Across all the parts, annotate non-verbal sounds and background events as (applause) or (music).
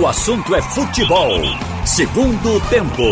O assunto é futebol. Segundo tempo.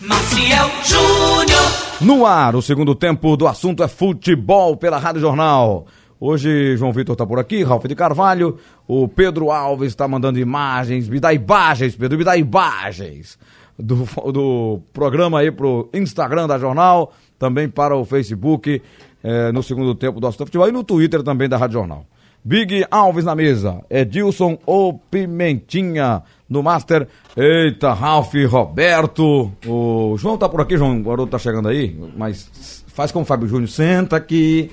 Maciel Júnior. No ar, o segundo tempo do assunto é futebol pela Rádio Jornal. Hoje, João Vitor tá por aqui, Ralf de Carvalho, o Pedro Alves está mandando imagens, me dá imagens, Pedro, me dá imagens do, (laughs) do programa aí pro Instagram da Jornal, também para o Facebook, eh, no segundo tempo do assunto é futebol e no Twitter também da Rádio Jornal. Big Alves na mesa, Edilson ou Pimentinha no Master. Eita, Ralf, Roberto. O João tá por aqui, João. O garoto tá chegando aí, mas faz como o Fábio Júnior, senta aqui.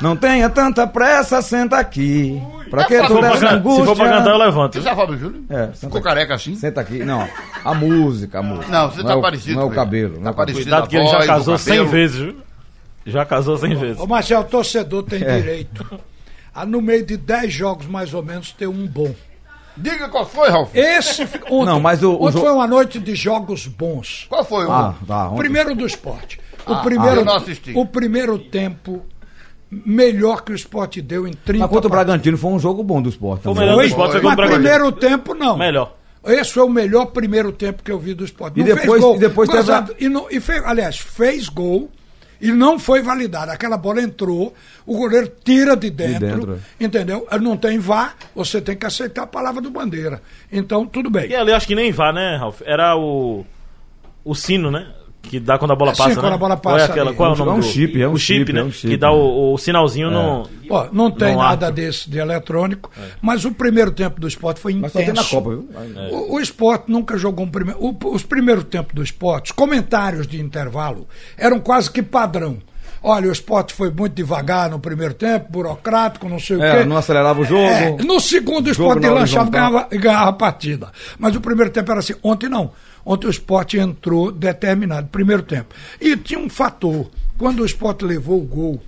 Não tenha tanta pressa, senta aqui. Pra que Se for toda pra essa can- Se for pra cantar, eu angústia? levanto. Você já Fábio Júnior? É, senta Ficou aqui. careca assim? Senta aqui. Não, a música, a música. Não, você é tá o- parecido. Não é o velho. cabelo. Tá não é o cabelo. parecido Cuidado da que ele já voz, do casou 100 cabelo. vezes, viu? Já casou 100 vezes. Ô Marcelo, torcedor tem direito a no meio de 10 jogos mais ou menos ter um bom. Diga qual foi, Ralf? Esse fi- (laughs) ontem, Não, mas o- o ontem jo- foi uma noite de jogos bons. Qual foi o. Ah, tá. O ontem. primeiro do esporte. O Ah, primeiro eu não assisti. o primeiro tempo melhor que o esporte deu em 30 Mas contra o partidas. Bragantino foi um jogo bom do esporte. Foi o também. melhor do Foi? esporte, foi Mas contra o Mas Bragantino. primeiro tempo não. Melhor. Esse foi o melhor primeiro tempo que eu vi do esporte. E depois- e depois teve a- Gozado. e, não- e fez, aliás, fez gol e não foi validado. Aquela bola entrou, o goleiro tira de dentro, dentro. é. entendeu? Ah, Não tem vá, você tem que aceitar a palavra do bandeira. Então, tudo bem. E ali eu acho que nem vá, né, Ralf? Era o. O sino, né? Que dá quando a bola Sim, passa. quando né? a bola Qual é passa aquela? ali. Qual é o É nome um do- chip, é um o chip, chip, né? é um chip, que dá né? o, o sinalzinho no. Ó, não tem Não há. nada desse de eletrônico, mas o primeiro tempo do esporte foi Mas só tem intenso. na Copa, viu? O, o esporte nunca jogou um primeiro. o- Os primeiros tempos do esporte, os comentários de intervalo eram quase que padrão. Olha, o esporte foi muito devagar no primeiro tempo, burocrático, não sei o É, quê. não acelerava o jogo. É, no segundo, o Jogo esporte na lanchava e horizontal. ganhava, ganhava a partida. Mas o primeiro tempo era assim. Ontem não. Ontem o esporte entrou determinado, primeiro tempo. E tinha um fator. Quando o esporte levou o gol,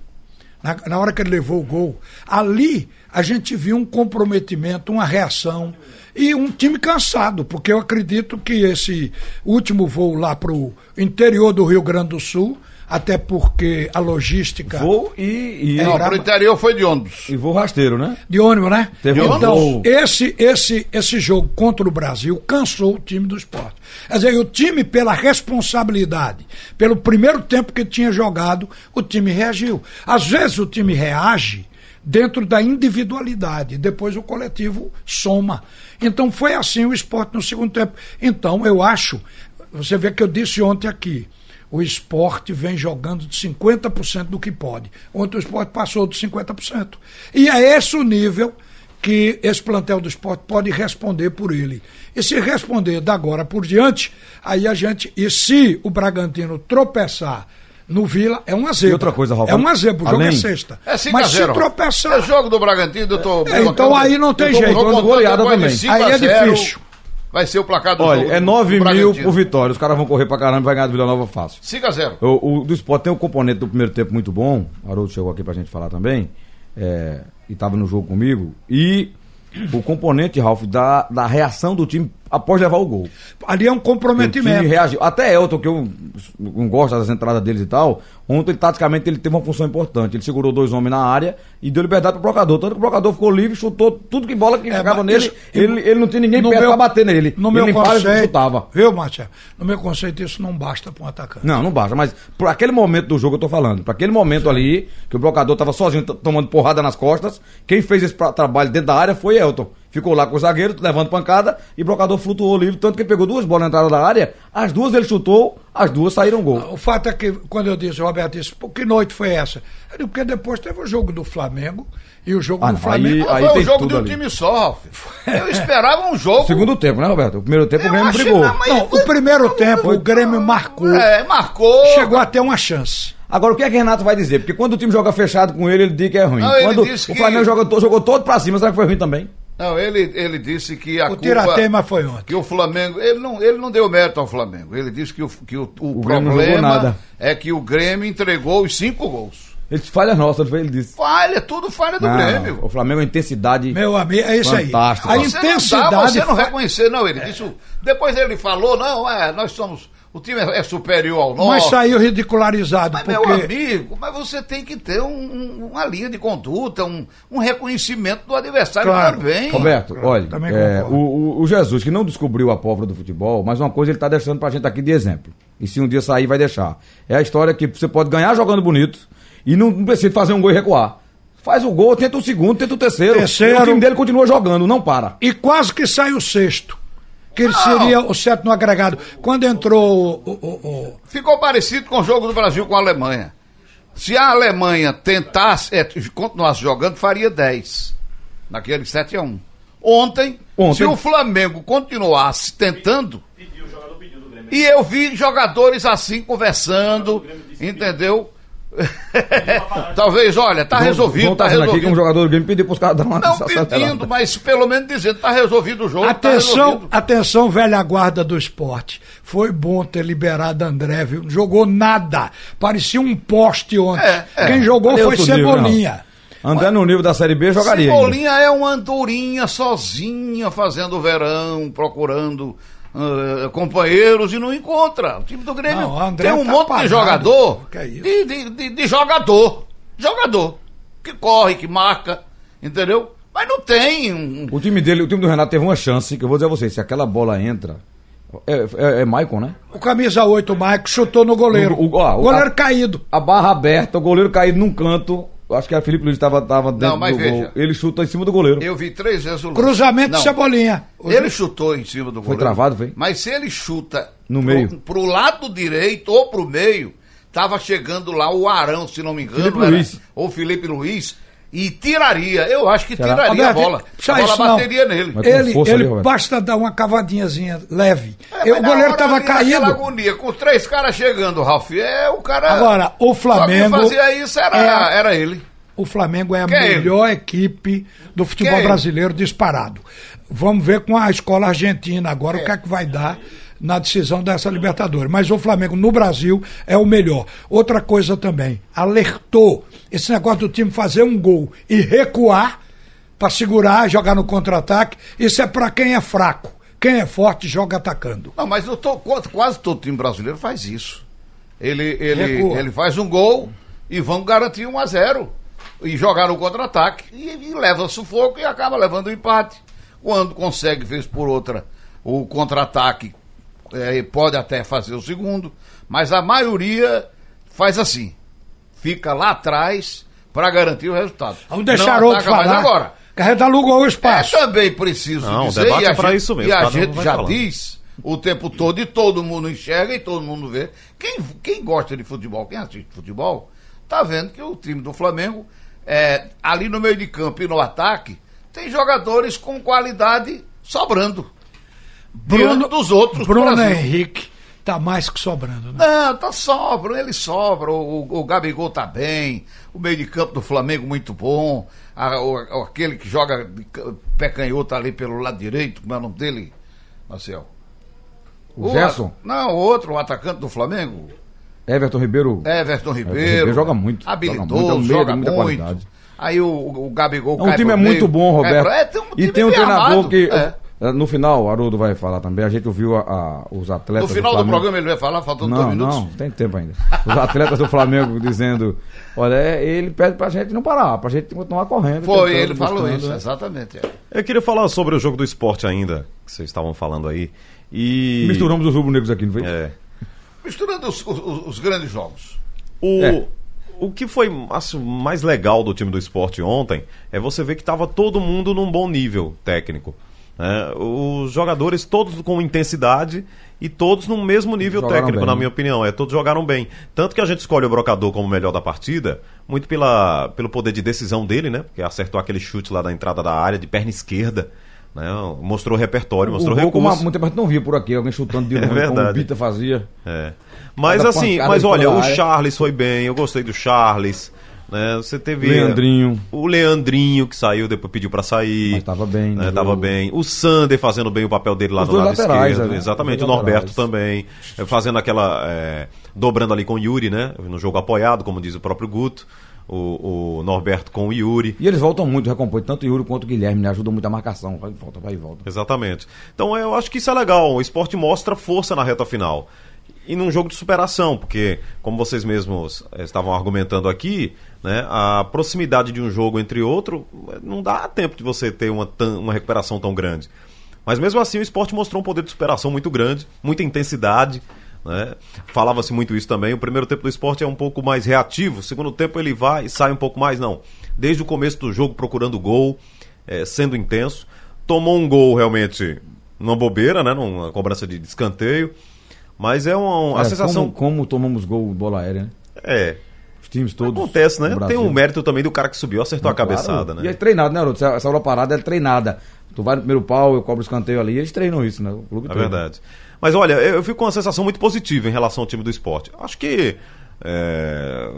na, na hora que ele levou o gol, ali a gente viu um comprometimento, uma reação e um time cansado, porque eu acredito que esse último voo lá para o interior do Rio Grande do Sul, até porque a logística Vou e, e, É, Não, Brava. pro interior foi de ônibus. e vou rasteiro, né? de ônibus, né? Teve um gol. então, esse, esse, esse jogo contra o Brasil cansou o time do esporte. Quer dizer, o time, pela responsabilidade, pelo primeiro tempo que tinha jogado, o time reagiu. Às vezes o time reage dentro da individualidade, depois o coletivo soma. Então foi assim o esporte no segundo tempo. Então eu acho, você vê que eu disse ontem aqui, o esporte vem jogando de 50% do que pode. Ontem o esporte passou de 50%. E é esse o nível que esse plantel do esporte pode responder por ele. E se responder da agora por diante, aí a gente. E se o Bragantino tropeçar no Vila, é uma zebra. outra coisa, Ralf, É uma zebra, o jogo além- é sexta. É 5 Mas a 0. se tropeçar. É jogo do Bragantino, eu tô. É, então aí não tem eu tô jeito, contando goleada depois de também. 5 Aí a é 0, difícil. Vai ser o placar do Olha, jogo. é do 9 mil Bragantino. por vitória. Os caras vão correr pra caramba e vai ganhar do Vila Nova fácil. 5 a 0. O, o do esporte tem um componente do primeiro tempo muito bom. Haroldo chegou aqui pra gente falar também. é, e tava no jogo comigo. E o componente, Ralf, da, da reação do time após levar o gol. Ali é um O time comprometimento. reagiu. Até Elton, que eu não gosto das entradas deles e tal, ontem, taticamente, ele teve uma função importante. Ele segurou dois homens na área e deu liberdade pro blocador. Tanto que o blocador ficou livre, chutou tudo que bola que É, chegava mas nele. isso- ele, ele não tinha ninguém no perto meu- pra bater nele. No ele meu limpava e conceito, chutava. viu, Marcelo? No meu conceito, isso não basta para um atacante. Não, não baixa, mas por aquele momento do jogo eu tô falando, pra aquele momento ali, que o blocador tava sozinho t- tomando porrada nas costas, quem fez esse pra- trabalho dentro da área foi Elton. Ficou lá com o zagueiro, levando pancada, e o blocador flutuou livre, tanto que ele pegou duas bolas na entrada da área, as duas ele chutou, as duas saíram gol. O fato é que, quando eu disse, o Roberto disse, Pô, que noite foi essa? Eu digo, porque depois teve o jogo do Flamengo e o jogo Ah, do não, Flamengo. aí foi tem o jogo tudo de um ali. É. time só, (laughs) Ralf. Eu esperava um jogo. Segundo tempo, né, Roberto? O primeiro tempo o Eu Grêmio achei- brigou. não, mas- Não, o primeiro tempo o Grêmio marcou, É, marcou. chegou a ter uma chance. Agora, o que é que Renato vai dizer? Porque quando o time joga fechado com ele, ele diz que é ruim. Não, ele quando disse o Flamengo que- joga to- jogou todo pra cima, será que foi ruim também? Não, ele, ele disse que a O culpa... Tiratema foi ontem. que o Flamengo. Ele não, ele não deu mérito ao Flamengo. Ele disse que o, que o, o Grêmio não jogou problema nada. é que o Grêmio entregou os cinco gols. Ele disse, falha nossa, ele foi- ele disse. Falha, tudo falha do Não, Grêmio. Ah, o Flamengo é intensidade. Meu amigo, é isso Fantástico. aí. A Você Você não, dá, intensidade. você não foi- reconhecer, não. Ele disse. Depois ele falou, não, é, nós somos O time é, é superior ao nosso. Mas saiu ridicularizado, Mas, porque. meu amigo, mas você tem que ter um- um- uma linha de conduta, um, um reconhecimento do adversário Claro. também. Roberto, olha, também é, o, concordo. o- o Jesus, que não descobriu a pólvora do futebol, mas uma coisa ele está deixando pra gente aqui de exemplo. E se um dia sair, vai deixar. É a história que você pode ganhar jogando bonito e não, não precisa fazer um gol e recuar. Faz o gol, tenta o segundo, tenta o terceiro. Terceiro. O time dele continua jogando, não para. E quase que sai o sexto. Que ele seria o sétimo agregado. Quando entrou o. o- o- o- Ficou parecido com o jogo do Brasil com a Alemanha. Se a Alemanha tentasse, é, continuasse jogando, faria 10. Naquele 7 a 1 Ontem, Ontem. se o Flamengo continuasse tentando. E eu vi jogadores assim conversando, entendeu? (laughs) Talvez, olha, tá resolvido, Vão tá tá dizendo aqui que um resolvido. jogador do Grêmio pediu pros caras dar uma Não acelerada. pedindo, mas pelo menos dizendo, tá resolvido o jogo. tá Atenção, resolvido. atenção, velha guarda do esporte. Foi bom ter liberado André, viu? Não Jogou nada. Parecia um poste ontem. É, é. Quem jogou Cadê foi outro nível, Cebolinha. não? Andando no nível da Série B, jogaria. ainda. Cebolinha é uma andorinha sozinha fazendo verão, procurando eh, companheiros e não encontra. O time do Grêmio Não, o André tem um tá monte parado. de jogador, Que é isso? de, de- de- de jogador, jogador que corre, que marca, entendeu? Mas não tem. um- O time dele, o time do Renato teve uma chance, que eu vou dizer a vocês, se aquela bola entra. É, é, é Maicon, né? O camisa 8, o Maico, chutou no goleiro. O- o- ó, o- goleiro a- caído. A barra aberta, o goleiro caído num canto. eu Acho que a Felipe Luiz estava tava dentro Não, mas do veja. gol. Ele chuta em cima do goleiro. Eu vi três vezes o lance. Cruzamento Não. de Cebolinha. O Ele chutou em cima do goleiro. travado, foi? Mas se ele chuta No pro, meio. pro lado direito ou pro meio, tava chegando lá o Arão, se não me engano, Felipe era- Luiz. ou Felipe Luiz, e tiraria. Eu acho que Será? tiraria a Roberto, bola. só a bola isso não. bateria nele. Mas- com Ele, força ele ali, Roberto. basta dar uma cavadinhazinha leve. É, E mas o na goleiro hora tava ali, aquela caído. agonia, com os três caras chegando, Ralf, é o cara. Agora, o Só Flamengo. que fazia isso era, é- era ele. O Flamengo é a Quem? melhor equipe do futebol Quem? brasileiro disparado. Vamos ver com a escola argentina agora o que é que vai dar na decisão dessa Libertadores. Mas o Flamengo no Brasil é o melhor. Outra coisa também, alertou esse negócio do time fazer um gol e recuar para segurar, jogar no contra-ataque. Isso é para quem é fraco. Quem é forte joga atacando. Não, mas eu tô, quase, quase todo time brasileiro faz isso. Ele, ele, Recua. ele faz um gol e vão garantir 1 a 0 e jogar o contra-ataque e, e leva sufoco e acaba levando o empate. Quando consegue, vez por outra, o contra-ataque, eh, pode até fazer o segundo, mas a maioria faz assim. Fica lá atrás para garantir o resultado. Vamos deixar outro ataca mais falar. agora. Carreta alugou o É, espaço. também preciso Não, o dizer, debate e a é pra gente, isso mesmo, e a cada um gente vai já falando. diz o tempo todo, e todo mundo enxerga e todo mundo vê. Quem, quem gosta de futebol, quem assiste futebol, tá vendo que o time do Flamengo, é, ali no meio de campo e no ataque, tem jogadores com qualidade sobrando. diante dos outros. do Bruno Brasil. Henrique tá mais que sobrando, né? Não, tá sobra, ele sobra. O, o- o Gabigol tá bem, o meio de campo do Flamengo muito bom. a- o- o- aquele que joga de ca- pé canhoto ali pelo lado direito, como é o nome dele, Marcel? O Gerson, a- não, o outro, o atacante do Flamengo, Everton Ribeiro. Everton Ribeiro. Ribeiro joga muito, joga muito, é um Habilidoso, meia joga de muito. muita qualidade. Aí o, o Gabigol O cai time pro é muito meio, bom, cai pro- Roberto. é, tem um e time tem um bem treinador armado, que. é. eh, No final, o Haroldo vai falar também. A gente ouviu a- a- os atletas. No final do Flamengo. programa ele vai falar, faltando dois Não, minutos. não, tem tempo ainda. Os atletas do Flamengo dizendo: olha, é, ele pede pra gente não parar, pra gente continuar correndo. Foi, tentando, ele falou buscando, isso, né? exatamente. é. Eu queria falar sobre o jogo do esporte ainda, que vocês estavam falando aí. E. Misturamos os rubro-negros aqui, não foi? É. Misturando os- os- os grandes jogos. O, É. o que foi acho, mais legal do time do esporte ontem é você ver que estava todo mundo num bom nível técnico. né? Os jogadores todos com intensidade e todos no mesmo nível Jogaram técnico, bem, na né? minha opinião. É, todos jogaram bem. Tanto que a gente escolhe o Brocador como o melhor da partida, muito pela, pelo poder de decisão dele, né? Porque acertou aquele chute lá da entrada da área de perna esquerda. Né? Mostrou repertório, o mostrou gol, como há recurso. É muita gente não via por aqui, alguém chutando de longe, como o verdade. Bita fazia. É. Mas Cada assim, pancada mas de olha, fora da o área. Charles foi bem, eu gostei do Charles. Né? Você teve. Leandrinho. O Leandrinho, que saiu, depois pediu pra sair. Mas tava bem no Né? Tava jogo. bem. O Sander fazendo bem o papel dele lá Os no dois lado laterais, esquerdo. né? Exatamente. Os O dois Norberto laterais. também. eh, Fazendo aquela. eh, dobrando ali com o Yuri, né? No jogo apoiado, como diz o próprio Guto. O, o Norberto com o Yuri. E eles voltam muito, recompõe tanto o Yuri quanto o Guilherme, né? Ajudam muito a marcação. Vai e volta, vai e volta. é Exatamente. Então eu acho que isso é legal. O esporte mostra força na reta final. e num jogo de superação, porque, como vocês mesmos eh, estavam argumentando aqui, né, a proximidade de um jogo entre outro eh, não dá tempo de você ter uma, tan- uma recuperação tão grande. Mas mesmo assim, o esporte mostrou um poder de superação muito grande, muita intensidade. Né? Falava-se muito isso também. O primeiro tempo do esporte é um pouco mais reativo, o segundo tempo ele vai e sai um pouco mais, não. Desde o começo do jogo procurando gol, eh, sendo intenso. Tomou um gol realmente numa bobeira, né? numa cobrança de escanteio. Mas é uma, uma- a É, sensação. Como, como tomamos gol bola aérea, né? É. Os times todos. Acontece, né? do Brasil. Tem um mérito também do cara que subiu, acertou a Claro. cabeçada, E né? é treinado, né, Haroldo? Essa, essa bola parada é treinada. Tu vai no primeiro pau, eu cobro o escanteio ali, eles treinam isso, né? O clube É todo. verdade. Mas olha, eu eu fico com uma sensação muito positiva em relação ao time do esporte. Acho que. é,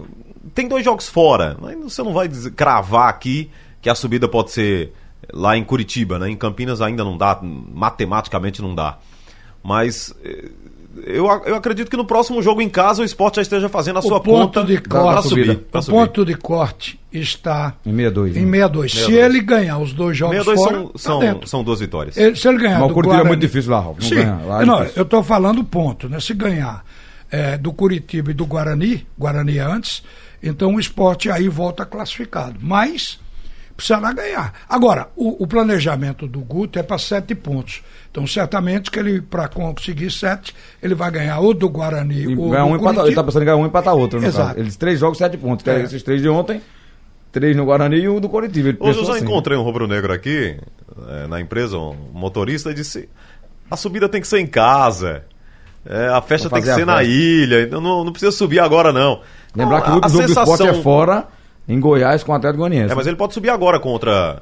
Tem dois jogos fora. mas Você não vai dizer- cravar aqui que a subida pode ser lá em Curitiba, né? Em Campinas ainda não dá, matematicamente não dá. Mas. é, Eu, a- eu acredito que no próximo jogo em casa o esporte já esteja fazendo a O sua ponto conta de para corte, subir. pra o subir. ponto de corte está Em 62. né? em 62. Se 62. ele ganhar os dois jogos 62 fora, são, tá são, dentro. são duas vitórias. Ele- se ele ganhar Mas o do Curitiba é Guarani- muito difícil lá, Ralf. Não Sim. ganha lá é não, difícil. eu estou falando o ponto, né? Se ganhar eh, do Curitiba e do Guarani, Guarani é antes, então o esporte aí volta classificado. Mas precisará ganhar. Agora, o, o planejamento do Guto é para sete pontos. Então, certamente que ele, para conseguir sete, ele vai ganhar ou do Guarani E ou ganhar um empata, do ele tá Curitiba. pensando em ganhar um e empatar outro, no Exato. caso. Eles três jogos, sete pontos. Que É. é. esses três de ontem, três no Guarani e um do Coritiba. Ele Hoje pensou eu já assim. encontrei um rubro-negro aqui, eh, na empresa, um motorista, e disse: a subida tem que ser em casa, eh, a festa Vou tem que fazer ser a na festa." ilha, então não, não precisa subir agora, não. Lembrar Então, que o último jogo do esporte é fora, em Goiás, com o Atlético Goianiense. É, mas ele pode subir agora contra.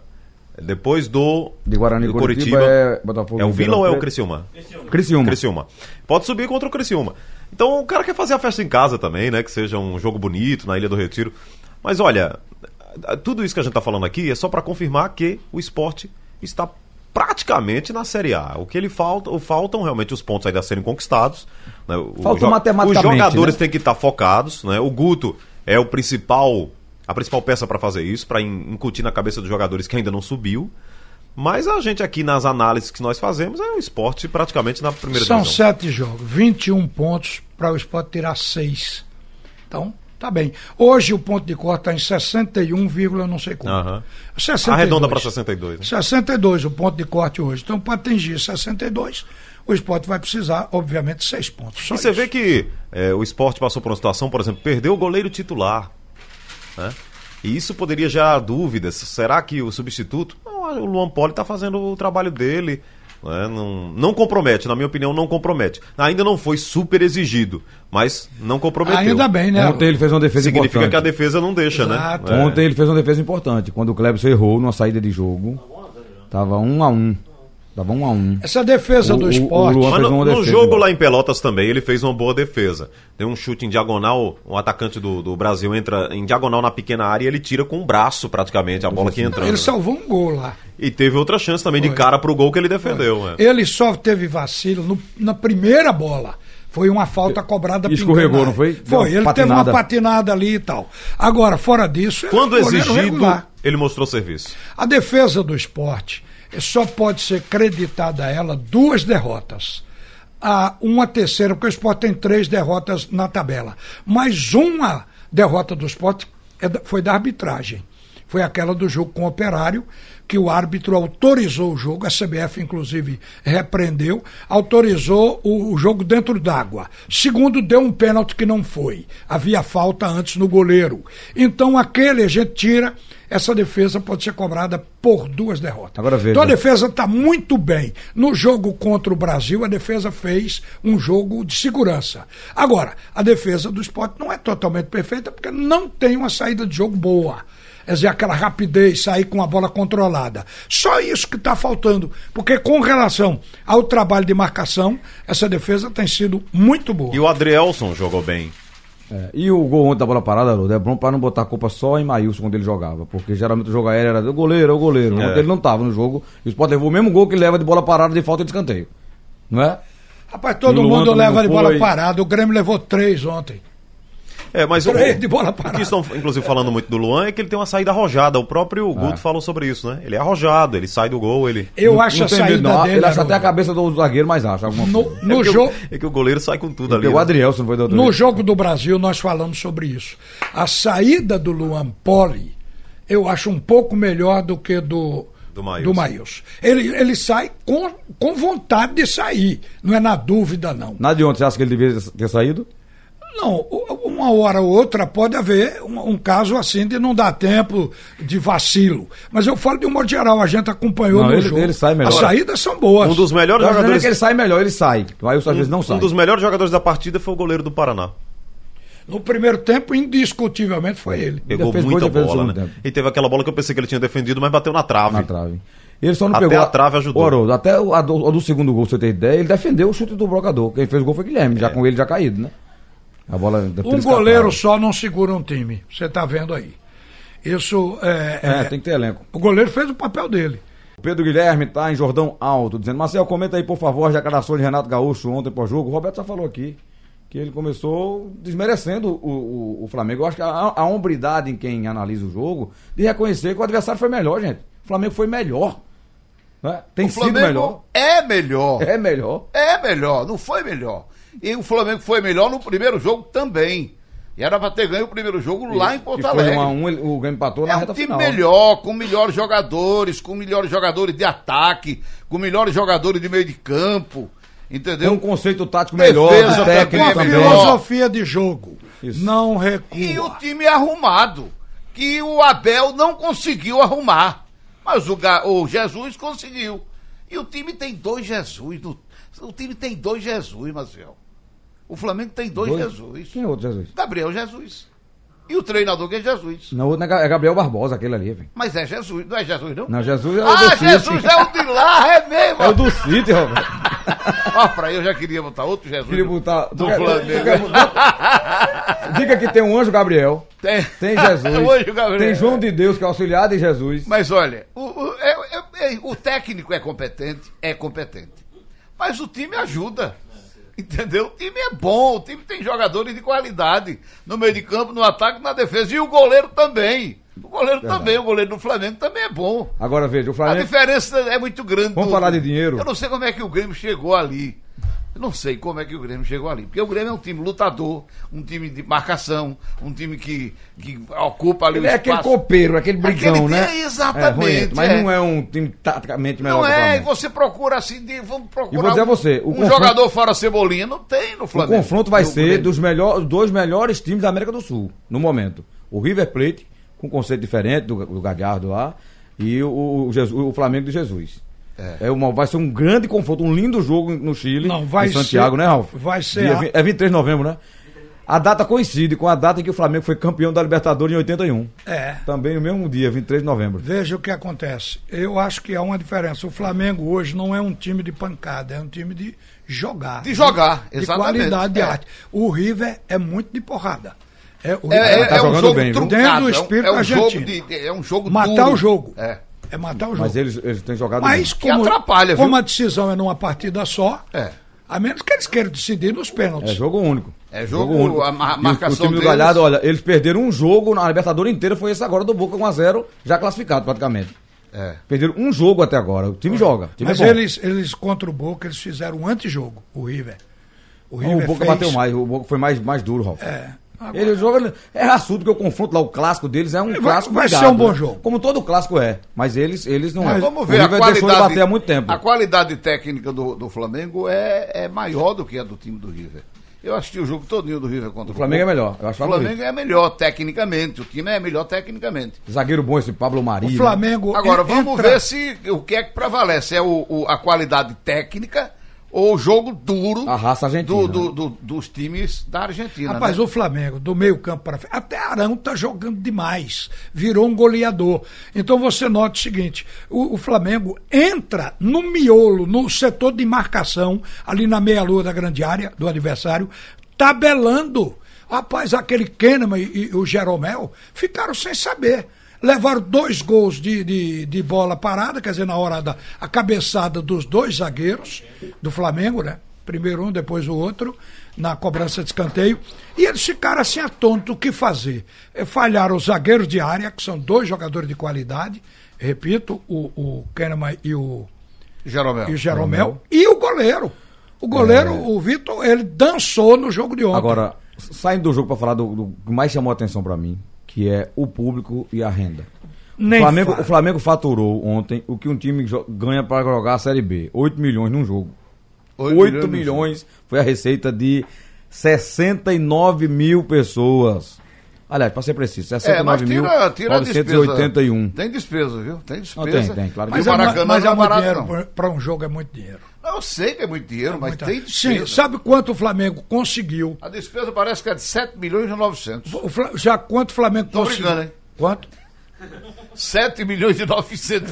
Depois do. De Guarani e do Curitiba, é Botafogo É o e Vila ou é o Ribeirão Criciúma? Criciúma. Criciúma. Pode subir contra o Criciúma. Então o cara quer fazer a festa em casa também, né? Que seja um jogo bonito na Ilha do Retiro. Mas olha, tudo isso que a gente tá falando aqui é só para confirmar que o esporte está praticamente na Série A. O que ele falta, o faltam realmente os pontos ainda a serem conquistados. né? O- Faltam o jo- matematicamente, Os jogadores né? têm que estar focados, né? O Guto é o principal, a principal peça para fazer isso, para incutir na cabeça dos jogadores que ainda não subiu. Mas a gente aqui nas análises que nós fazemos é o esporte praticamente na primeira São divisão. sete jogos, 21 pontos para o esporte tirar seis. Então, tá bem. Hoje o ponto de corte está em 61, vírgula não sei quanto. Aham. 62. Arredonda para 62. né? 62 o ponto de corte hoje. Então, para atingir 62, o esporte vai precisar, obviamente, seis pontos. Só E você isso. vê que é, o esporte passou por uma situação, por exemplo, perdeu o goleiro titular. né? E isso poderia gerar dúvidas. Será que o substituto. Não, o Luan Poli está fazendo o trabalho dele. né? Não, não compromete, na minha opinião, não compromete. Ainda não foi super exigido, mas não comprometeu. Ainda bem, né? Ontem ele fez uma defesa Significa importante. que a defesa não deixa, Exato. né? É. Ontem ele fez uma defesa importante. Quando o Clebson errou numa saída de jogo, tava um a um. Tava um a um. Essa defesa O- o- do o esporte. Luan- Mas fez no, uma no defesa jogo boa. lá em Pelotas também, ele fez uma boa defesa. Deu um chute em diagonal, um atacante do, do Brasil entra em diagonal na pequena área e ele tira com o braço praticamente a bola que entrou. ele salvou um gol lá. E teve outra chance também de Foi. cara pro gol que ele defendeu. né? é. Ele só teve vacilo no- na primeira bola. Foi uma falta cobrada E escorregou, pingando. não foi? Deu uma Foi, ele teve uma patinada. patinada ali e tal. Agora, fora disso, ele Quando é um goleiro exigido, regular. ele mostrou serviço. A defesa do esporte só pode ser creditada a ela duas derrotas. A uma terceira, porque o esporte tem três derrotas na tabela. Mas uma derrota do esporte é da- foi da arbitragem. Foi aquela do jogo com o operário, que o árbitro autorizou o jogo, a CBF inclusive repreendeu, autorizou o, o jogo dentro d'água. Segundo, deu um pênalti que não foi. Havia falta antes no goleiro. Então aquele a gente tira essa defesa pode ser cobrada por duas derrotas. Agora veja. Então a defesa está muito bem. No jogo contra o Brasil, a defesa fez um jogo de segurança. Agora, a defesa do esporte não é totalmente perfeita porque não tem uma saída de jogo boa. Quer dizer, aquela rapidez, sair com a bola controlada. Só isso que está faltando. Porque com relação ao trabalho de marcação, essa defesa tem sido muito boa. E o Adrielson jogou bem. É, E o gol ontem da bola parada, Haroldo, é bom pra não botar a culpa só em Maílson quando ele jogava. Porque geralmente o jogo aéreo era o goleiro, é o goleiro. É. Ontem Ele não tava no jogo. E o Sport levou o mesmo gol que leva de bola parada de falta de escanteio. Não é? Rapaz, E o todo Luan mundo também leva não de bola foi. parada. O Grêmio levou três ontem. É, mas Três o, de bola o parada. que estão, inclusive, falando muito do Luan é que ele tem uma saída arrojada. O próprio É. Guto falou sobre isso, né? Ele é arrojado, ele sai do gol, ele. Eu acho não a tem saída medo, não. dele. Ele acha até a Haroldo. cabeça do zagueiro, mas acha alguma coisa. No, é no que o- jogo. É que o goleiro sai com tudo ali. Pegou o né? Adriel, se não foi do outro No jeito. jogo do Brasil, nós falamos sobre isso. A saída do Luan Poli, eu acho um pouco melhor do que do Do Maílson. Maílson. Ele, ele sai com, com vontade de sair, não é na dúvida, não. Nada de ontem, você acha que ele devia ter saído? Não, u- uma hora ou outra pode haver um, um caso assim de não dar tempo de vacilo. Mas eu falo de um modo geral, a gente acompanhou Não, no ele- jogo. ele sai melhor. As saídas são boas. Um dos melhores Eu acho que jogadores. ele sai melhor, ele sai. O Ailson às vezes não sai. Um dos melhores jogadores da partida foi o goleiro do Paraná. No primeiro tempo, indiscutivelmente, foi ele. Pegou fez muita gol, já fez o bola, segundo né? tempo. E teve aquela bola que eu pensei que ele tinha defendido, mas bateu na trave. na trave. Ele só não Até pegou. a trave ajudou. Ô, Haroldo, até o a do, a do segundo gol, você tem ideia, ele defendeu o chute do brocador. Quem fez o gol foi o Guilherme, É. já com ele já caído, né? A bola. Um goleiro só não segura um time. Você está vendo aí. Isso é, É, é- tem que ter elenco. O goleiro fez o papel dele. Pedro Guilherme tá em Jordão Alto, dizendo: Marcel, comenta aí, por favor, as declarações de Renato Gaúcho ontem pós-jogo. O Roberto já falou aqui que ele começou desmerecendo o, o, o Flamengo. Eu acho que a, a hombridade em quem analisa o jogo de reconhecer que o adversário foi melhor, gente. O Flamengo foi melhor. né? Tem O sido Flamengo melhor. é melhor. É melhor. É melhor, não foi melhor. E o Flamengo foi melhor no primeiro jogo também. E era para ter ganho o primeiro jogo lá em E Porto foi Alegre. 1 a 1 ele- o Grêmio empatou na É um reta time final. melhor, com melhores jogadores, com melhores jogadores de ataque, com melhores jogadores de meio de campo, Tem um entendeu? conceito tático Defesa melhor, um também técnico é Uma também. melhor. filosofia de jogo. Isso. Não recua. E o time arrumado, que o Abel não conseguiu arrumar, mas o, Ga- o Jesus conseguiu. E o time tem dois Jesus, no- o time tem dois Jesus, Marcel. O Flamengo tem dois, Dois- Jesus. Quem é outro Jesus? Gabriel Jesus. E o treinador que é Jesus. Não, outro é Ga- é Gabriel Barbosa, aquele ali, velho. Mas é Jesus, não é Jesus não? Não, Jesus é o do ah, City. Jesus é o de lá, é (laughs) mesmo. É o do City, Roberto. (laughs) Ó, pra aí eu já queria botar outro Jesus. Queria botar. Do Tu quer- Flamengo. tu quer botar- Diga que tem um anjo Gabriel, Tem, (laughs) tem Jesus, O Um anjo Gabriel. tem João de Deus, que é auxiliar de Jesus. Mas olha, o, o- é- é- é- o técnico é competente, é competente. Mas o time ajuda. Entendeu? O time é bom, o time tem jogadores de qualidade. No meio de campo, no ataque, na defesa. E o goleiro também. O goleiro também, o goleiro do Flamengo também é bom. Agora veja, o A Flamengo. diferença é muito grande. Vamos falar de dinheiro? Eu não sei como é que o Grêmio chegou ali. Eu não sei como é que o Grêmio chegou ali. Porque o Grêmio é um time lutador, um time de marcação, um time que, que ocupa ali Ele o é espaço. aquele copeiro, aquele brigão, Aquele- né? é, exatamente, É, ruim, mas é. não é um time taticamente melhor. Não que o é, e Flamengo. você procura assim, de, vamos procurar. E vou dizer a um- você, o um confronto- jogador fora Cebolinha não tem no O Flamengo. confronto vai No ser Grêmio. dos melhor, dois melhores times da América do Sul, no momento. O River Plate, com um conceito diferente do, do Gagliardo lá, e o, o Jesus- o Flamengo de Jesus. É. uma, vai ser um grande confronto, um lindo jogo no Chile, Não, vai em Santiago, ser- né, Ralf? vai ser Dia a- vi- é 23 de novembro, né? A data coincide com a data em que o Flamengo foi campeão da Libertadores em 81. É. Também no mesmo dia, 23 de novembro. Veja o que acontece. Eu acho que há uma diferença. O Flamengo hoje não é um time de pancada, é um time de jogar. De jogar, de exatamente. qualidade de É. arte. O River é muito de porrada. É, o É, é, River- tá é um jogando jogo bem, viu? truncado. Dentro do é um- espírito é um, jogo argentino. de, de- é um jogo matar duro. o jogo. É. É matar o jogo. Mas eles, eles têm jogado Mas bem. Que como, atrapalha, viu? como a decisão é numa partida só, É. a menos que eles queiram decidir nos pênaltis. É jogo único. É jogo- a ma- E o- marcação O time do deles- Galhardo, olha, eles perderam um jogo na Libertadores inteira, foi esse agora do Boca 1x0, já classificado praticamente. É. Perderam um jogo até agora. O time joga. O time Mas é bom. eles, eles contra o Boca, eles fizeram um antijogo, o River. O Não, River o Boca fez- bateu mais, o Boca foi mais, mais duro, Ralf. É. Agora- Ele joga. É assunto, porque o confronto lá, o clássico deles é um Vai- clássico. vai ser brigado, um bom né? jogo. Como todo clássico é. Mas eles, eles não. é. Mas É, vamos ver o a River deixou de qualidade. bater há muito tempo. A qualidade técnica do, do Flamengo é, é maior do que a do time do River. Eu assisti o jogo todinho do River contra o, O Flamengo é Boca. melhor. Eu acho O Flamengo. Flamengo é melhor tecnicamente, o time é melhor tecnicamente. Zagueiro bom esse Pablo O Maria. né? Flamengo. Agora, en- vamos entra- ver se o que é que prevalece: é o, o- a qualidade técnica ou o jogo duro A raça argentina, né? do- do- do- dos times da Argentina. Rapaz, né? o Flamengo, do meio campo para frente, até Arão tá jogando demais, virou um goleador. Então você nota o seguinte, o, o Flamengo entra no miolo, no setor de marcação, ali na meia-lua da grande área do adversário, tabelando. Rapaz, aquele Kahneman e, e o Jeromel ficaram sem saber. Levaram dois gols de, de, de bola parada, quer dizer, na hora da a cabeçada dos dois zagueiros do Flamengo, né? primeiro um, depois o outro, na cobrança de escanteio. E eles ficaram assim atônitos, o que fazer? Eh, Falharam os zagueiros de área, que são dois jogadores de qualidade, repito, o, o Kahneman e o, Jeromel. É. e o Jeromel, e o goleiro. O goleiro, o Vitor, ele dançou no jogo de ontem. Agora, saindo do jogo para falar do, do que mais chamou a atenção para mim, que é o público e a renda. Nem o, Flamengo, fala. o Flamengo faturou ontem o que um time jo- ganha para jogar a Série B: 8 milhões num jogo. 8, milhões, foi a receita de 69 mil pessoas. Aliás, para ser preciso, É, mas 69 mil tira, tira a despesa. (laughs) 981. Tem despesa, viu? Tem despesa. tem, claro que E mas o é, mu- Maracanã mas não é é muito barato, dinheiro, não. pra- pra um jogo é muito dinheiro. Não, eu sei que é muito dinheiro, mas Muita- tem Sim, despesa. sabe quanto o Flamengo conseguiu? A despesa parece que é de 7 milhões e 900. O Fla- Já quanto o Flamengo Tô conseguiu? brincando, hein? Quanto? 7 milhões e 900,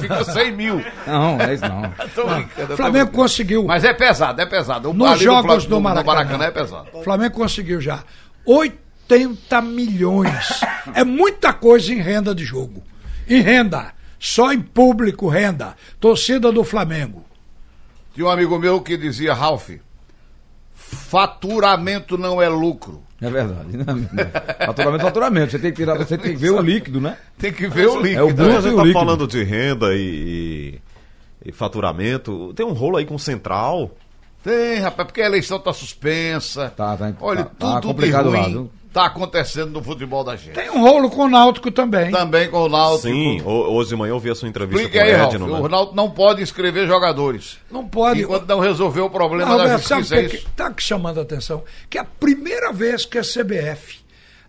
(laughs) fica 100 mil. Não, é isso não. Tô brincando, eu tô O Flamengo brincando. conseguiu. Mas é pesado, é pesado. O Nos ali do jogos Flamengo- do Maracanã. é pesado. O Flamengo conseguiu já 80 milhões. É muita coisa em renda de jogo. Em renda. Só em público renda. Torcida do Flamengo. Tinha um amigo meu que dizia, Ralph, faturamento não é lucro. É verdade. Faturamento, faturamento. Você tem que tirar, você tem que ver o líquido, né? Tem que ver o (laughs) líquido. É o Então, a bruto e gente o tá líquido. falando de renda e, e- e faturamento. Tem um rolo aí com o Central. Tem, rapaz, porque a eleição tá suspensa. Tá, tá, Olha, tá, tá tudo de complicado lá, ruim viu? tá acontecendo no futebol da gente. Tem um rolo com o Náutico também. Também com o Náutico. Sim, Tipo, ho- hoje de manhã eu vi a sua entrevista Explica com o é aí, Ralf. Edno. né? O Ronaldo não pode inscrever jogadores. Não pode. Enquanto não resolver o problema Não, da Roberto, sabe justiça, é o que isso? está chamando a atenção? Que é a primeira vez que a CBF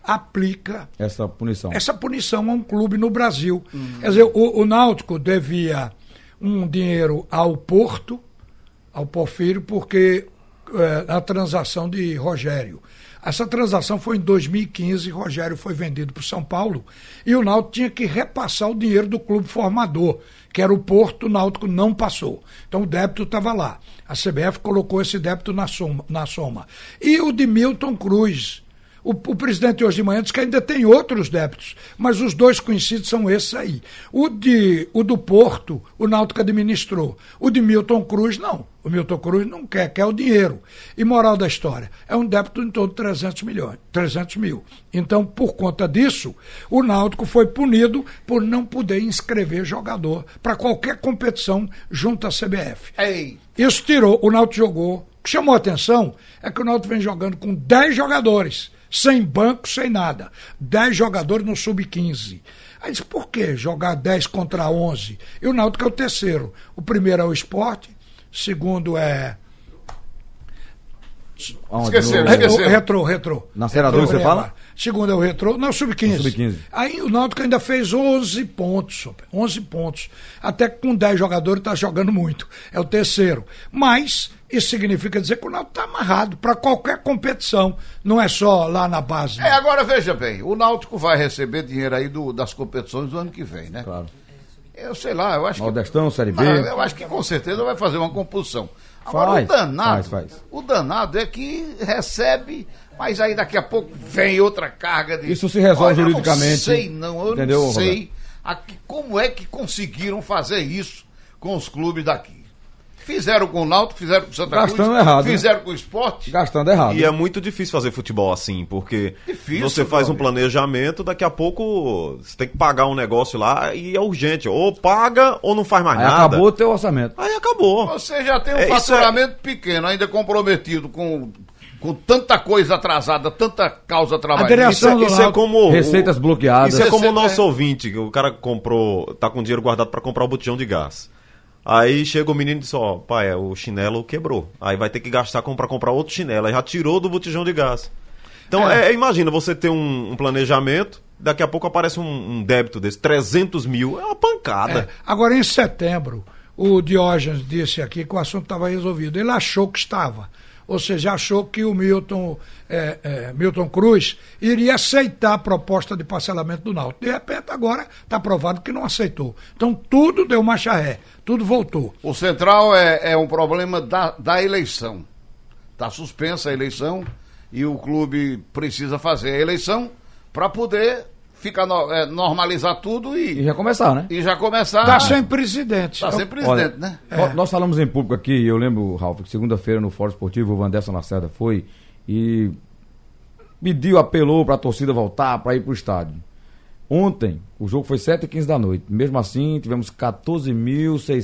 aplica Essa punição. essa punição a um clube no Brasil. Quer dizer, o, o Náutico devia um dinheiro ao Porto, ao Porfírio, porque eh, a transação de Rogério. Essa transação foi em 2015, Rogério foi vendido para o São Paulo e o Náutico tinha que repassar o dinheiro do clube formador, que era o Porto, o Náutico não passou. Então o débito estava lá. A CBF colocou esse débito na soma. Na soma. E o de Milton Cruz, o, o presidente hoje de manhã disse que ainda tem outros débitos, mas os dois conhecidos são esses aí. O, de, o do Porto, o Náutico administrou. O de Milton Cruz, não. O Milton Cruz não quer, quer o dinheiro. E moral da história, é um débito em torno de 300, milhões, 300 mil. Então, por conta disso, o Náutico foi punido por não poder inscrever jogador para qualquer competição junto à CBF. Ei, Isso tirou, o Náutico jogou. O que chamou a atenção é que o Náutico vem jogando com 10 jogadores, sem banco, sem nada. 10 jogadores no sub-15. Aí disse, por que jogar 10 contra 11? E o Náutico é o terceiro. O primeiro é o esporte, segundo é... Aonde? esqueceu, No- esqueceu. Retrô, retrô, retrô. Na Serra Retrô, Dois, você é, fala? lá. Segundo é o retrô, não, sub-15. No Sub-15. Aí o Náutico ainda fez 11 pontos, Sopa, 11 pontos. Até que com 10 jogadores está jogando muito. É o terceiro. Mas isso significa dizer que o Náutico está amarrado para qualquer competição. Não é só lá na base. É, né? agora veja bem, o Náutico vai receber dinheiro aí do- das competições do ano que vem, né? Claro. Eu sei lá, eu acho Nordestão, Série que. B. Ah, eu acho que com certeza vai fazer uma compulsão. Agora Faz, o danado. faz, faz. O danado é que recebe, mas aí daqui a pouco vem outra carga de. Isso se resolve Olha, Eu não juridicamente. sei, não, eu Entendeu, não Roberto? sei a que- como é que conseguiram fazer isso com os clubes daqui. Fizeram com o Náutico, fizeram com o Santa Gastando Cruz, errado, né? fizeram com o esporte. Gastando errado. E é muito difícil fazer futebol assim, porque Difícil, você faz um meu amigo. planejamento, daqui a pouco você tem que pagar um negócio lá e é urgente. Ou paga ou não faz mais Aí nada. acabou o teu orçamento. Aí acabou. Você já tem um É, isso faturamento pequeno, ainda comprometido com, com tanta coisa atrasada, tanta causa direção- trabalhista. Isso, é- isso é como. o- Receitas bloqueadas. Isso é como o Receita- nosso ouvinte, que o cara comprou, tá com dinheiro guardado pra comprar o botijão de gás. Aí chega o menino e diz: Ó, pai, é, o chinelo quebrou. Aí vai ter que gastar com- pra comprar outro chinelo. Aí já tirou do botijão de gás. Então, é, imagina você ter um, um planejamento, daqui a pouco aparece um, um débito desse, 300 mil, é uma É. pancada. Agora, em setembro, o Diógenes disse aqui que o assunto estava resolvido. Ele achou que estava. Ou seja, achou que o Milton, é, é, Milton Cruz iria aceitar a proposta de parcelamento do Náutico. De repente, agora está provado que não aceitou. Então, tudo deu marcha ré. Tudo voltou. O central é, é um problema da, da eleição. Tá Está suspensa a eleição e o clube precisa fazer a eleição para poder ficar no- é, normalizar tudo E e, já começaram, né? e já começar. Tá sem é, presidente. Ah. tá sem presidente, né? nó- Nós falamos em público aqui, eu lembro, Ralf, que segunda-feira no Fórum Esportivo o Vanderson Lacerda foi e pediu, apelou para a torcida voltar, para ir para o estádio. Ontem, o jogo foi 7h15 da noite. Mesmo assim, tivemos 14.600 e alguma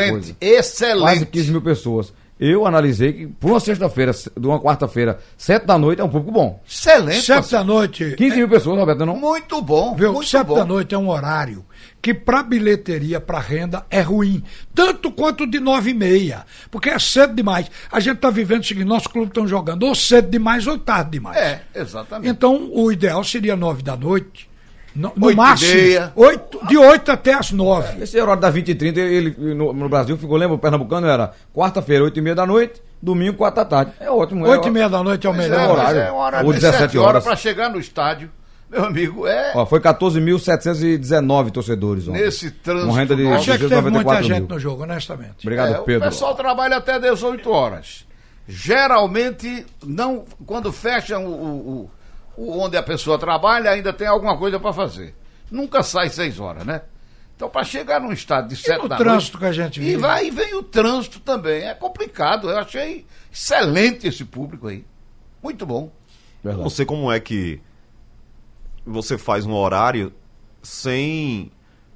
Excelente, coisa. Quase excelente. 15 mil pessoas. Eu analisei que, por uma sexta-feira, de uma quarta-feira, 7 da noite é um público bom. Excelente. Sete parceiro. da noite. 15 mil pessoas, Roberto, não? Muito bom. Viu? muito Sete bom. da noite é um horário que para bilheteria, para renda, é ruim. Tanto quanto de nove e meia. Porque é cedo demais. A gente tá vivendo o seguinte, nossos clubes estão jogando ou cedo demais ou tarde demais. É, exatamente. Então, o ideal seria nove da noite. No, no Oito e máximo, meia. oito, de oito até as nove. Esse é horário da 20 e 30, ele, no, no Brasil ficou, lembra, o pernambucano era quarta-feira, 8 e meia da noite, domingo, 4 da tarde. É ótimo. é Oito e ó- meia da noite é o Pois melhor é, horário. mas horário. é uma hora Ou de 17 sete horas horas. para chegar no estádio, meu amigo, é Ó, foi 14.719 torcedores ontem. nesse trânsito. Com renda de nosso. Achei que teve muita 294 gente mil. no jogo, honestamente. Obrigado, É, Pedro. O pessoal trabalha até 18 horas. Geralmente, não, quando fecham o, o- o- o- onde a pessoa trabalha, ainda tem alguma coisa para fazer. Nunca sai 6 horas, né? Então, para chegar num estado de 7 no da trânsito noite, que a gente E vive? vai e vem o trânsito também. É complicado. Eu achei excelente esse público aí. Muito bom. Eu Verdade. Não sei como é que você faz um horário sem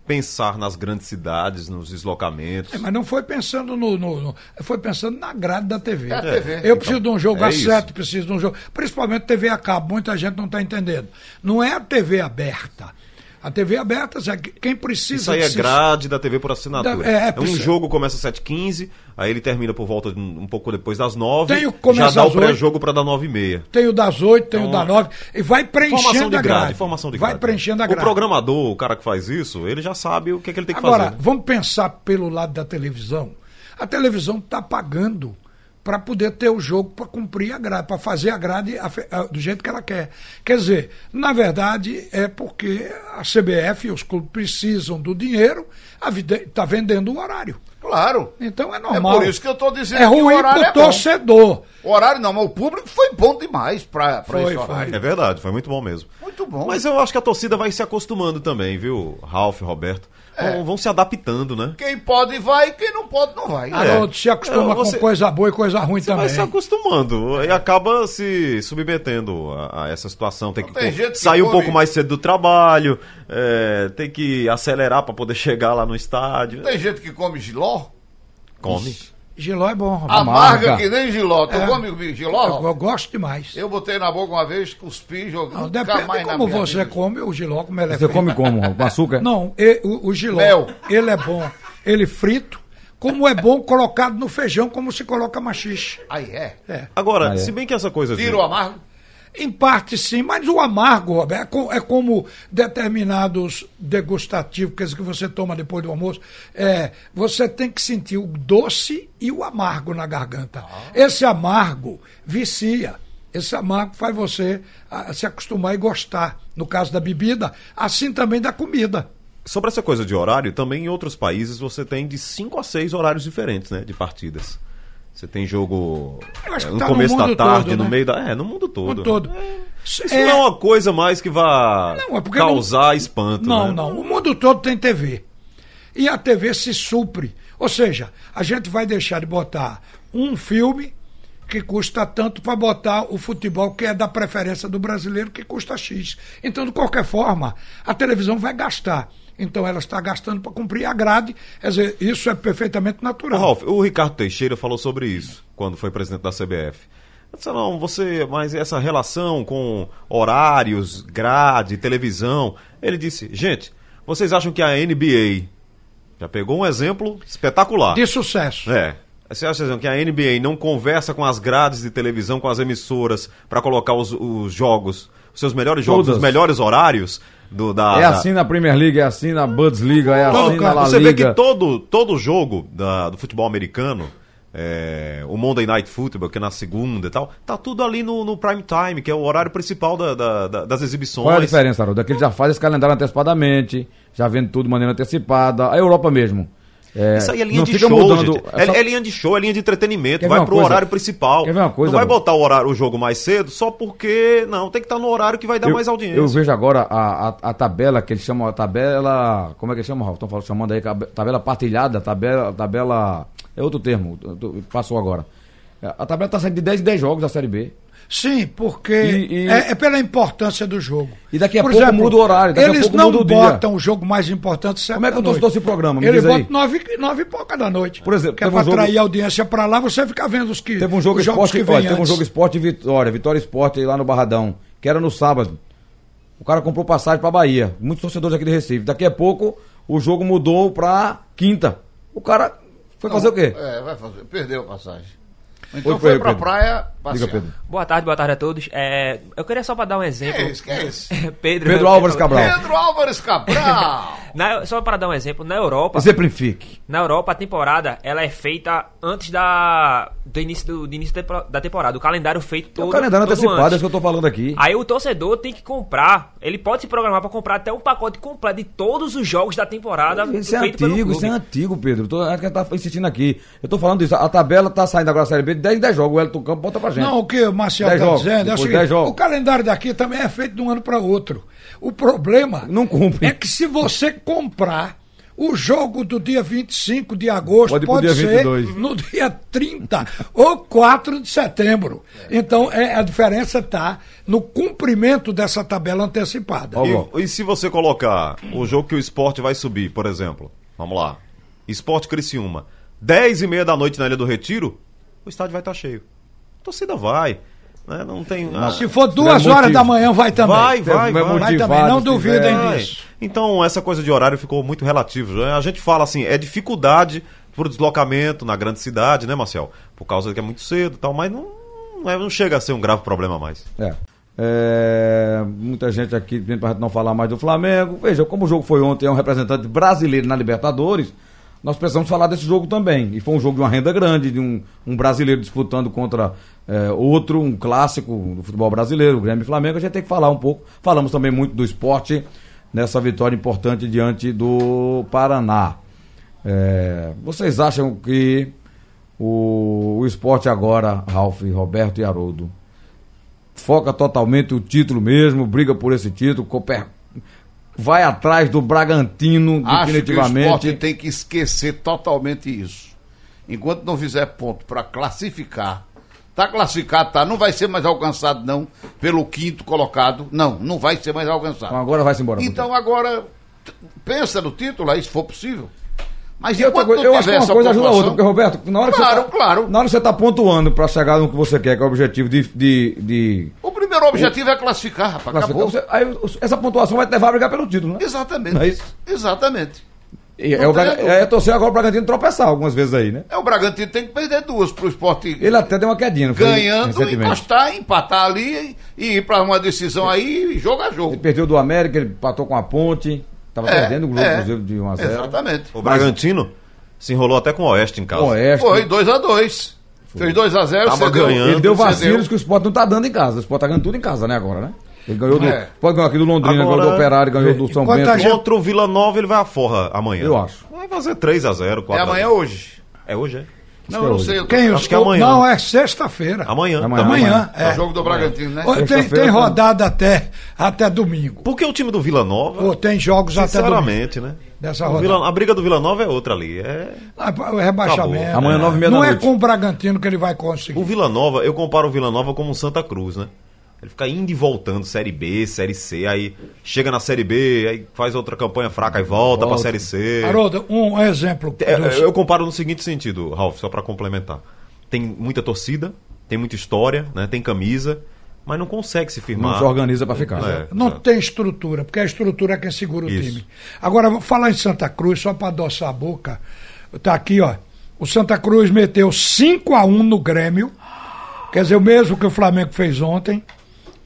pensar nas grandes cidades, nos deslocamentos. É, Mas não foi pensando no, no- no- Foi pensando na grade da TV. Da TV. Eu preciso de um jogo é às isso. sete, preciso de um jogo. Principalmente TV a cabo, muita gente não está entendendo. Não é a TV aberta. A TV aberta, Zé, quem precisa. Isso aí é assistir- grade da TV por assinatura. Da- é, é, um precisa. jogo começa às 7h15, aí ele termina por volta de um um pouco depois das 9 Tem o que começa Já dá às o oito. pré-jogo para dar 9h30. Tem o das oito, tem o Então, da nove. E vai Formação preenchendo de a grade, grade. formação de vai grade. preenchendo a grade. O programador, o cara que faz isso, ele já sabe o que, é que ele tem que Agora, fazer. né? vamos pensar pelo lado da televisão. A televisão está pagando para poder ter o jogo para cumprir a grade, para fazer a grade a fe- a- do jeito que ela quer. Quer dizer, na verdade é porque a CBF e os clubes precisam do dinheiro, está vendendo o horário. Claro. Então é É normal. por isso que eu estou dizendo É que o ruim horário para é o bom. torcedor. O horário não, mas o público foi bom demais para Foi, esse foi. horário. É verdade, foi muito bom mesmo. Muito bom. Mas eu acho que a torcida vai se acostumando também, viu, Ralf, Roberto? É. Vão, vão se adaptando, né? Quem pode vai, quem não pode não vai. Garoto, se acostuma Eu- você- com coisa boa e coisa ruim Você vai também. se acostumando e acaba se submetendo a, a essa situação. Tem que Tem co- gente que sair um come- pouco mais cedo do trabalho, é, tem que acelerar para poder (laughs) chegar lá no estádio. Tem gente que come giló, Come. Giló é bom, rapaz. amarga Amarga. que nem giló. Tu É. come comigo giló? Eu, eu gosto demais. Eu botei na boca uma vez, cuspi, joguei. Não, nunca depende mais na como minha você vida. come o giló, como ele é Você feito. come como? Ralf? Com açúcar? Não, e- o, o giló, Mel. ele é bom, ele frito, como é bom colocado no feijão, como se coloca machixe. Aí é. Agora, Ah, é. se bem que essa coisa. de- Tira o amargo. Em parte sim, mas o amargo, Roberto, é co- é como determinados degustativos, que é isso que você toma depois do almoço, é, você tem que sentir o doce e o amargo na garganta. Esse amargo vicia. Esse amargo faz você ah, se acostumar e gostar. No caso da bebida, assim também da comida. Sobre essa coisa de horário, também em outros países você tem de 5 a 6 horários diferentes, né? De partidas. Você tem jogo Eu acho é, que no tá no começo da mundo tarde, todo, no né? meio da. É, no mundo todo. Como todo. Isso não é uma coisa mais que vá Não, é porque causar espanto. Não, né? não. O mundo todo tem TV. E a TV se supre. Ou seja, a gente vai deixar de botar um filme que custa tanto para botar o futebol que é da preferência do brasileiro que custa X. Então, de qualquer forma, a televisão vai gastar. Então ela está gastando para cumprir a grade. Quer dizer, isso é perfeitamente Ô, natural. Ralf, o Ricardo Teixeira falou sobre isso quando foi presidente da CBF. Eu disse, não, você, mas essa relação com horários, grade, televisão. Ele disse, gente, vocês acham que a NBA já pegou um exemplo espetacular? De sucesso. É. Vocês acham que a NBA não conversa com as grades de televisão, com as emissoras, pra colocar os, os jogos, os seus melhores jogos, Todas. os melhores horários do, da, É da- assim na Premier League, é assim na Bundesliga, é Todo- assim na La você vê que Liga. todo, todo jogo da- do futebol americano, é, o Monday Night Football, que é na segunda e tal, tá tudo ali no, no prime time, que é o horário principal da- da- da- das exibições. Qual é a diferença, Haroldo? É que ele já faz esse calendário antecipadamente, já vendo tudo de maneira antecipada. A Europa mesmo. É, Isso aí é linha não de fica show, mudando gente. essa- É, é linha de show, é linha de entretenimento. Quer ver vai uma pro coisa? horário principal. Quer ver uma coisa, não vai Lu? botar o, horário, o jogo mais cedo só porque. Não, tem que estar no horário que vai dar Então, mais audiência. eu vejo agora a, a, a tabela que eles chamam, a tabela. Como é que eles chamam, Ralf? Estão falando- chamando aí, cabe- tabela partilhada, tabela. tabela é outro termo, eu tô- passou agora. A tabela tá saindo de 10 em 10 jogos da Série B. Sim, porque E- e- É, é pela importância do jogo. E daqui a pouco muda o horário, daqui a eles pouco não muda o dia. botam o jogo mais importante sempre Como é que à o torcedor noite. se programa? Me Ele diz aí. bota nove, nove e pouca da noite. Por exemplo, que é teve pra um jogo- atrair a audiência pra lá, você fica vendo os que Teve um jogo os jogos esporte, que que vem teve um antes. jogo esporte e Vitória, Vitória Esporte aí lá no Barradão, que era no sábado. O cara comprou passagem pra Bahia, muitos torcedores aqui de Recife. Daqui a pouco o jogo mudou pra quinta. O cara foi fazer o quê? É, vai fazer. Perdeu a passagem. Então Oi, foi Pedro. pra praia passear. Diga, Pedro. Boa tarde, boa tarde a todos. É, eu queria só para dar um exemplo. Que é isso, que é isso? (laughs) Pedro, Pedro Álvares Cabral. Pedro Álvares Cabral. Na- só para dar um exemplo, na Europa, Exemplifique. na Europa a temporada ela é feita antes da do início do, do início da tempo- da temporada, o calendário feito É todo. o calendário todo antecipado, é antes. isso que eu tô falando aqui. Aí o torcedor tem que comprar, ele pode se programar para comprar até um pacote completo de todos os jogos da temporada Isso é Tá feito pelo antigo, isso clube. é antigo, Pedro. Tô, acho que a gente tá insistindo aqui. Eu tô falando disso. A tabela tá saindo agora a Série B de 10 em 10 jogos. O Elton Campo bota pra gente. Não, o que o Marcel Dez está jogos, dizendo é o depois seguinte: dez jogos. o calendário daqui também é feito de um ano para outro. O problema Não cumpre. é que se você comprar o jogo do dia 25 de agosto, Pode pode, ir pro dia ser 22. no dia 30 (laughs) ou 4 de setembro. Então é, a diferença está no cumprimento dessa tabela antecipada. Ó, E- Paulo. E, se você colocar o jogo que o esporte vai subir, por exemplo, vamos lá, esporte Criciúma, 10 e meia da noite na Ilha do Retiro, o estádio vai estar cheio. A torcida vai, né? não tem... ah, Se for tiver duas horas é motivo. da manhã, vai também. Vai, Vai vai, vai. motivar, Vai também, não se duvidem tiver. vai. disso. Então, essa coisa de horário ficou muito relativo. né? A gente fala assim, é dificuldade pro deslocamento na grande cidade, né, Marcel? Por causa que é muito cedo e tal, mas não, não é- não chega a ser um grave problema mais. É. É, muita gente aqui pedindo pra gente não falar mais do Flamengo. Veja, como o jogo foi ontem, é um representante brasileiro na Libertadores, nós precisamos falar desse jogo também. E foi um jogo de uma renda grande, de um, um brasileiro disputando contra é, outro, um clássico do futebol brasileiro, o Grêmio e Flamengo. A gente tem que falar um pouco. Falamos também muito do esporte nessa vitória importante diante do Paraná. É, vocês acham que o, o esporte agora, Ralf, Roberto e Haroldo, foca totalmente o título mesmo, briga por esse título, Cooper- vai atrás do Bragantino Acho que o esporte definitivamente. tem que esquecer totalmente isso. Enquanto não fizer ponto para classificar, tá classificado, tá? Não vai ser mais alcançado, não, pelo quinto colocado. Não, não vai ser mais alcançado. Então agora vai-se embora. Então agora, t- pensa no título aí, se for possível. Mas E outra enquanto coisa, não eu acho que tiver uma essa coisa ajuda a outra, pontuação- porque, Roberto, na hora Claro, que você tá, claro. Na hora que você tá pontuando pra chegar no que você quer, que é o objetivo de, de, de O primeiro objetivo é classificar, rapaz. classificar, Acabou. você- aí o- essa pontuação vai te levar a brigar pelo título, né? Exatamente. Não é isso? Exatamente. E é, não o Braga- tem dúvida. é torcer agora o Bragantino tropeçar algumas vezes aí, né? É o Bragantino tem que perder duas pro esporte Ele até deu uma quedinha, não foi? ganhando, Recentemente. encostar, empatar ali e ir pra uma decisão aí e jogo a jogo. Ele perdeu do América, ele patou com a ponte. Tava É, perdendo o jogo, é. inclusive, de 1 a 0 Exatamente. O Bragantino se enrolou até com o Oeste em casa. Oeste. Foi 2x2. Fez 2x0, Tava ganhando. Ele deu Cedeu. vacilos que o Sport não tá dando em casa. O Sport tá ganhando tudo em casa, né, agora, né? Ele ganhou do. É. Pode ganhar aqui do Londrina, Agora- ganhou do Operário, ganhou do São Enquanto a Bento. gente- Contra o Vila Nova ele vai à forra amanhã. Eu acho. Vai fazer 3x0, 4 É amanhã ou hoje? É hoje, é? Não, eu não hoje. sei. Quem Acho os- que é amanhã. Não, é sexta-feira. Amanhã. Amanhã. também. Amanhã. É o jogo do Bragantino, né? Ó, Tem, Sexta-feira tá tem tem- rodada até, até domingo. Porque o time do Vila Nova. Ou tem jogos até domingo. sinceramente, né? Dessa O rodada. Vila- a briga do Vila Nova é outra ali. É... Ah, O rebaixamento. Acabou. Amanhã, nove e meia Não da é noite. com o Bragantino que ele vai conseguir. O Vila Nova, eu comparo o Vila Nova como um Santa Cruz, né? Ele fica indo e voltando, Série B, Série C, aí chega na Série B, aí faz outra campanha fraca e volta, pra Volta. Série C. Haroldo, um exemplo. É, dos- Eu comparo no seguinte sentido, Ralf, só pra complementar. Tem muita torcida, tem muita história, né? tem camisa, mas não consegue se firmar. Não se organiza pra ficar. É, Não exato. tem estrutura, porque a estrutura é quem segura o Isso. time. Agora, vou falar em Santa Cruz, só para adoçar a boca. Tá aqui, ó. O Santa Cruz meteu 5 a 1 no Grêmio. Quer dizer, o mesmo que o Flamengo fez ontem.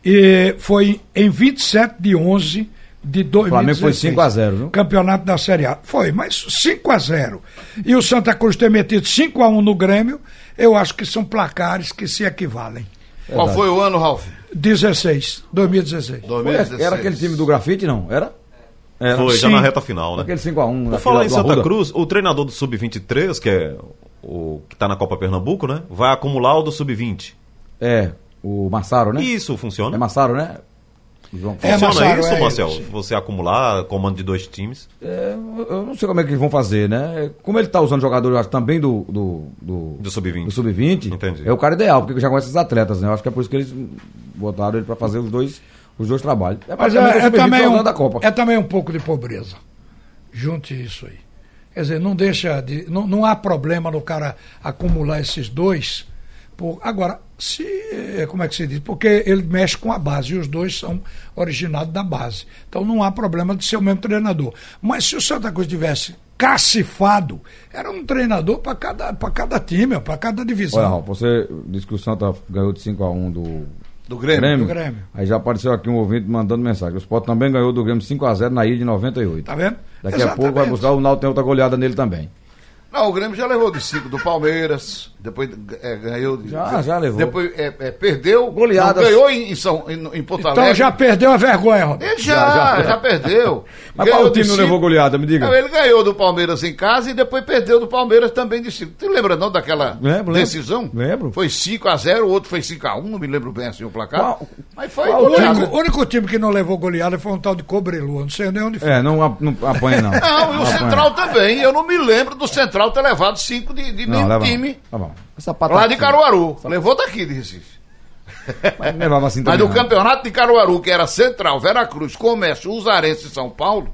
E foi em 27 de 11 de 2016. Flamengo foi 5 a 0, viu? Campeonato da Série A. Foi, mas 5 a 0. E o Santa Cruz ter metido 5 a 1 no Grêmio, eu acho que são placares que se equivalem. É Qual foi o ano, Ralf? 16, 2016. Foi- Era aquele time do grafite, não? Era? É, Foi, já sim. na reta final, né? Aquele 5x1. Por falar em Santa Cruz, o treinador do Sub-23, que é o que tá na Copa Pernambuco, né? Vai acumular o do Sub-20. É, o Massaro, né? Isso funciona? É Massaro, né? João É, funciona Massaro, isso, é Marcel? isso. Você acumular comando de dois times. Eu eu não sei como é que eles vão fazer, né? Como ele tá usando jogadores, eu acho, também do. Do, do, Do sub-20. do sub-20, Entendi. é o cara ideal, porque já conhece esses atletas, né? Eu acho que é por isso que eles botaram ele pra fazer os dois, os dois trabalhos. É Mas é, é praticamente o sub-20 também jogando um, da Copa. é também um pouco de pobreza. Junte isso aí. Quer dizer, não deixa de. Não, não há problema no cara acumular esses dois. por- agora, se. eh, Como é que se diz? Porque ele mexe com a base e os dois são originados da base. Então não há problema de ser o mesmo treinador. Mas se o Santa Cruz tivesse cacifado, era um treinador para cada, pra cada time, para cada Olha, divisão. Raul, você disse que o Santa ganhou de 5x1 do Do Grêmio. Grêmio. Do Grêmio. Aí já apareceu aqui um ouvinte mandando mensagem. O Sport também ganhou do Grêmio 5x0 na ilha de 98. Tá vendo? Daqui a pouco vai Exatamente. buscar o Náutico tem outra goleada nele também. Não, o Grêmio já levou de 5 do Palmeiras, depois é, ganhou de. Já, já levou. Depois é, é, perdeu. Goleadas. não, ganhou em, em São, em, em Porto Então Alegre. já perdeu a vergonha, Roberto. Ele já, já, perdeu. (laughs) Mas Ganhou qual o de time não cinco. levou goleada, me diga? Não, ele ganhou do Palmeiras em casa e depois perdeu do Palmeiras também de 5. Tu lembra não daquela Lembro, decisão? lembro. Lembro. Foi 5x0, o outro foi 5x1, não me lembro bem assim o placar. Qual- Mas foi qual O goleada. único, o único time que não levou goleada foi um tal de Cobrelua, não sei nem onde foi. É, não, a- não apanha não. Não, e o apanha. Central também. Eu não me lembro do Central ter levado 5 de, de nenhum Não, leva. time. Tá bom. Essa Lá de Caruaru. Levou daqui de Recife. Mas não levava assim Mas também, no não. campeonato de Caruaru, que era Central, Veracruz, Comércio, Usarense e São Paulo,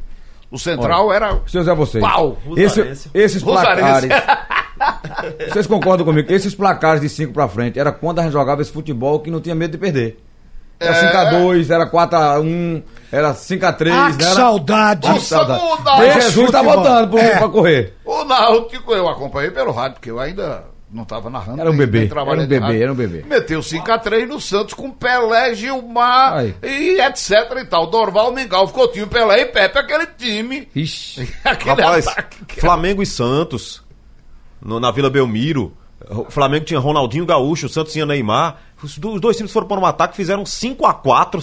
o Central era. Senhores, é vocês. Pau! Esse, Rosarense. esses Rosarense. placares. vocês concordam comigo? Esses placares de 5 pra frente era quando a gente jogava esse futebol que não tinha medo de perder. Era É. 5x2, era 4x1, era 5x3, Ah, que né? Era- saudade! Ah, que Nossa, saudade. Mas Esse Jesus tá futebol. voltando pro- É. pra correr. O Náutico eu acompanhei pelo rádio, porque eu ainda não estava narrando. Era um nem- bebê, nem era trabalhei um bebê, de rádio. era um bebê. Meteu 5x3 no Santos com Pelé, Gilmar Aí. e etc e tal. Dorval, Mingau, Coutinho, Pelé e Pepe, aquele time. Ixi. Aquele Rapaz, ataque. que- é. Flamengo e Santos, no- na Vila Belmiro. O Flamengo tinha Ronaldinho Gaúcho, o Santos tinha Neymar. Os, do- os dois times foram para um ataque, fizeram 5x4,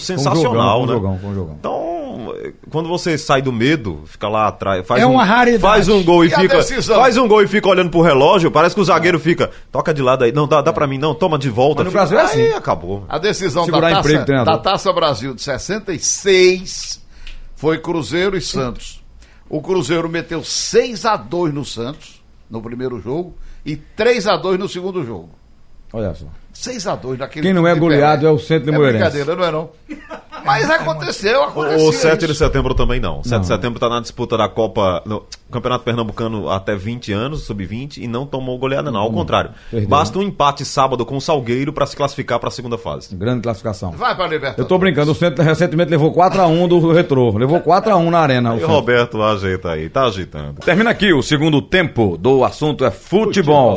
jogão, sensacional, foi né? um jogão, foi um jogão. Então, eh, quando você sai do medo, fica lá atrás, faz É um, uma raridade. faz um gol e, E a fica, decisão? faz um gol e fica olhando pro relógio, parece que o zagueiro fica, toca de lado aí, não dá, dá para mim não, toma de volta. Mas no Fica- Brasil é assim. Aí acabou. A decisão da Segurar taça, emprego, treinador. da Taça Brasil de 66 foi Cruzeiro e Santos. O Cruzeiro meteu 6 a 2 no Santos no primeiro jogo e 3 a 2 no segundo jogo. Olha só. 6 a 2 naquele Quem não é de Pelé. goleado é o centro de É Moreirense. brincadeira, não é (laughs) não. Mas aconteceu, aconteceu. O 7 de assim, é isso. setembro também não. 7 Não. de setembro tá na disputa da Copa, no Campeonato Pernambucano até 20 anos, sub-20, e não tomou goleada não, ao contrário. Hum, Perdeu. Basta um empate sábado com o Salgueiro para se classificar para a segunda fase. Grande classificação. Vai pra Eu Libertadores. tô brincando, o Centro recentemente levou 4x1 do Retrô. Levou 4x1 na arena. o E o Centro. Roberto ajeita aí, tá agitando. Termina aqui o segundo tempo do assunto é futebol.